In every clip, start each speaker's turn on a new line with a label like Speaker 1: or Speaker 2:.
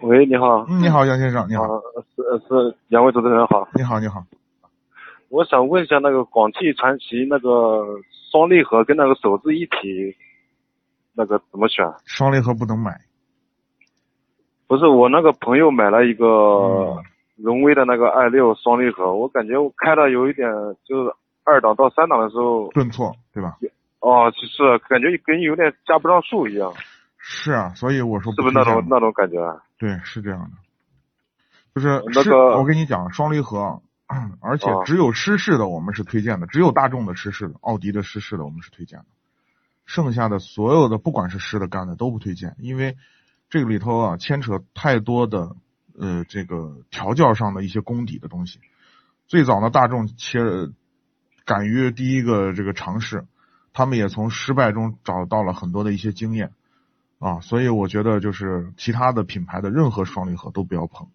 Speaker 1: 喂，你好，
Speaker 2: 嗯，你好，杨先生，你好，
Speaker 1: 啊，是是两位主持人好，
Speaker 2: 你好，你好。
Speaker 1: 我想问一下那个广汽传祺那个双离合跟那个手自一体，那个怎么选？
Speaker 2: 双离合不能买，
Speaker 1: 不是我那个朋友买了一
Speaker 2: 嗯
Speaker 1: 个荣威的那个 i 六双离合，我感觉我开了有一点就是二档到三档的时候，
Speaker 2: 顿挫，对吧？
Speaker 1: 哦，就是感觉跟有点加不上速一样，
Speaker 2: 是啊，所以我说
Speaker 1: 是不
Speaker 2: 推
Speaker 1: 是那
Speaker 2: 荐
Speaker 1: 种
Speaker 2: 嘛
Speaker 1: 那种感觉？啊
Speaker 2: 对，是这样的，就是
Speaker 1: 那
Speaker 2: 是
Speaker 1: 个
Speaker 2: 我跟你讲，双离合，嗯 而且
Speaker 1: 啊
Speaker 2: 只有湿式的我们是推荐的，只有大众的湿式的、奥迪的湿式的我们是推荐的，剩下的所有的不管是湿的、干的都不推荐，因为这个里头啊牵扯太多的呃这个调教上的一些功底的东西。最早的大众切敢于第一个这个尝试，他们也从失败中找到了很多的一些经验。啊，所以我觉得就是其他的品牌的任何双离合都不要碰。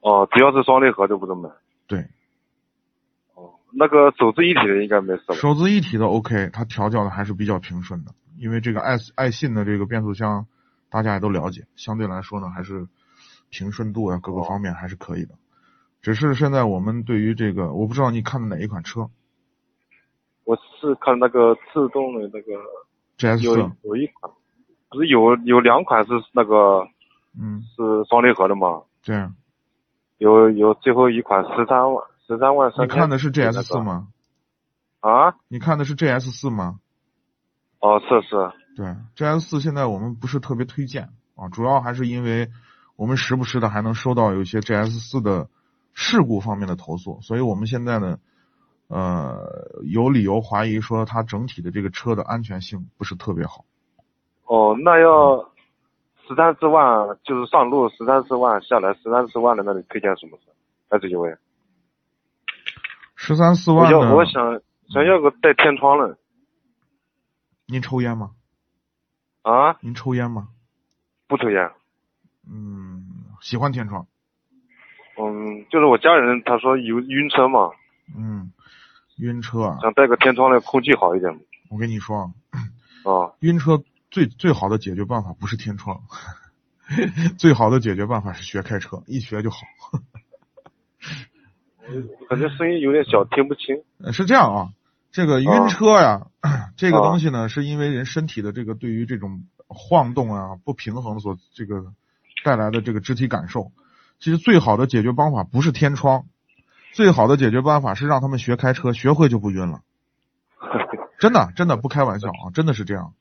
Speaker 1: 哦，只要是双离合就不能买。
Speaker 2: 对，
Speaker 1: 哦，那个手自一体的应该没事吧？
Speaker 2: 手自一体的 OK，它调教的还是比较平顺的，因为这个爱爱信的这个变速箱大家也都了解，相对来说呢还是平顺度啊各个方面还是可以的。只是现在我们对于这个，我不知道你看的哪一款车
Speaker 1: 我是看那个自动的那个
Speaker 2: ，GS
Speaker 1: 有
Speaker 2: 四，
Speaker 1: 有一款，不是有有两款是那个
Speaker 2: 嗯，
Speaker 1: 是双离合的吗？
Speaker 2: 对啊，
Speaker 1: 有有最后一款十三万十三万
Speaker 2: 你
Speaker 1: 三千。
Speaker 2: 看的是 GS 四？吗？
Speaker 1: 啊，
Speaker 2: 你看的是 GS 四吗？
Speaker 1: 哦，是是，
Speaker 2: 对，GS 四现在我们不是特别推荐啊，主要还是因为我们时不时的还能收到有一些 GS 四的事故方面的投诉，所以我们现在呢，呃，有理由怀疑说它整体的这个车的安全性不是特别好。
Speaker 1: 哦，那要
Speaker 2: 嗯
Speaker 1: 十三四万，就是上路十三四万下来十三四万的那里推荐什么车？还是一位，
Speaker 2: 十三四
Speaker 1: 我
Speaker 2: 万
Speaker 1: 要
Speaker 2: 呢？
Speaker 1: 我想想要个带天窗的
Speaker 2: 您抽烟吗？
Speaker 1: 啊，
Speaker 2: 您抽烟吗？
Speaker 1: 不抽烟。
Speaker 2: 嗯，喜欢天窗。
Speaker 1: 嗯，就是我家人他说有晕车嘛，
Speaker 2: 嗯，晕车啊，
Speaker 1: 想带个天窗的空气好一点嘛。
Speaker 2: 我跟你说啊，
Speaker 1: 啊，
Speaker 2: 晕车最最好的解决办法不是天窗， 最好的解决办法是学开车，一学就好。
Speaker 1: 感觉声音有点小，听不清。
Speaker 2: 呃，是这样啊，这个晕车呀，这个东西呢，是因为人身体的这个对于这种晃动啊、不平衡所这个带来的这个肢体感受。其实最好的解决方法不是天窗，最好的解决办法是让他们学开车，学会就不晕了。真的，真的不开玩笑啊，真的是这样。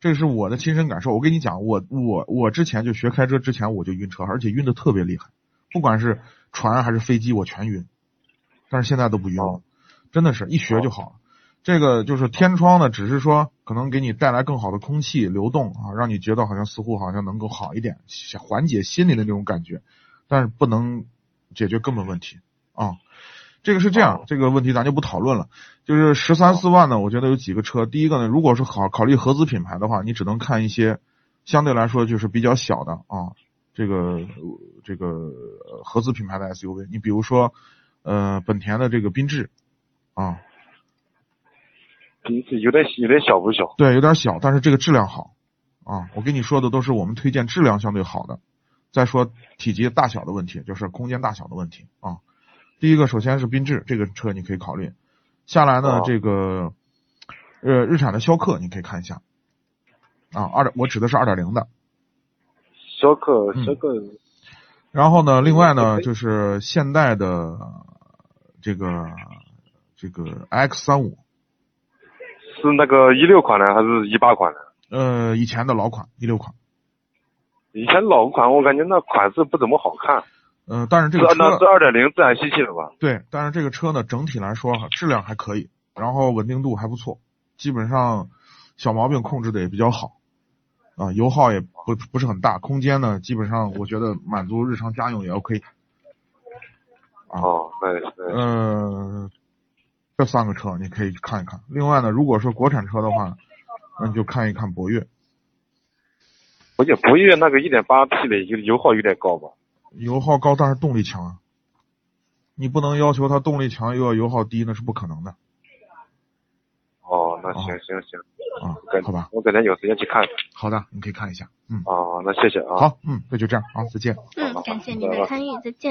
Speaker 2: 这是我的亲身感受。我跟你讲，我我我之前就学开车之前我就晕车，而且晕的特别厉害，不管是船还是飞机我全晕，但是现在都不晕了
Speaker 1: 哦，
Speaker 2: 真的是一学就好了。这个就是天窗呢，只是说可能给你带来更好的空气流动啊，让你觉得好像似乎好像能够好一点，想缓解心里的那种感觉，但是不能解决根本问题啊。这个是这样
Speaker 1: 哦，
Speaker 2: 这个问题咱就不讨论了。就是十三四万呢，我觉得有几个车。第一个呢，如果是考考虑合资品牌的话，你只能看一些相对来说就是比较小的啊，这个呃这个呃合资品牌的 SUV。你比如说，呃，本田的这个缤智啊，
Speaker 1: 鼻子有点有点小不小？
Speaker 2: 对，有点小，但是这个质量好啊。我跟你说的都是我们推荐质量相对好的。再说体积大小的问题，就是空间大小的问题啊。第一个，首先是缤智这个车你可以考虑。下来呢，
Speaker 1: 哦
Speaker 2: 这个呃日产的逍客你可以看一下啊，二点我指的是二点零的。
Speaker 1: 小可
Speaker 2: 嗯
Speaker 1: 小可，
Speaker 2: 然后呢，另外呢
Speaker 1: 可以
Speaker 2: 就是现代的呃这个这个 X 三五，
Speaker 1: 是那个一六款的还是一八款的？
Speaker 2: 呃以前的老款一六款。
Speaker 1: 以前老款我感觉那款式不怎么好看。
Speaker 2: 呃，但是这
Speaker 1: 这
Speaker 2: 个车
Speaker 1: 那这二点零自然吸气了吧？
Speaker 2: 对，但是这个车呢，整体来说哈质量还可以，然后稳定度还不错，基本上小毛病控制的也比较好，啊、油耗也不不是很大，空间呢，基本上我觉得满足日常家用也 OK。
Speaker 1: 哦，那也是
Speaker 2: 呃，这三个车你可以去看一看。另外呢，如果说国产车的话，那你就看一看博越，
Speaker 1: 我觉得博越那个一点八 T 的油油耗有点高吧？
Speaker 2: 油耗高但是动力强啊，你不能要求它动力强又要油耗低，那是不可能的
Speaker 1: 哦，那行
Speaker 2: 哦
Speaker 1: 行行，
Speaker 2: 啊
Speaker 1: 我改，
Speaker 2: 好吧，
Speaker 1: 我改天有时间去看看。
Speaker 2: 好的，你可以看一下，嗯，
Speaker 1: 哦，那谢谢啊。
Speaker 2: 好，嗯，那就这样啊，再见。
Speaker 3: 嗯，感谢您的参与，再见。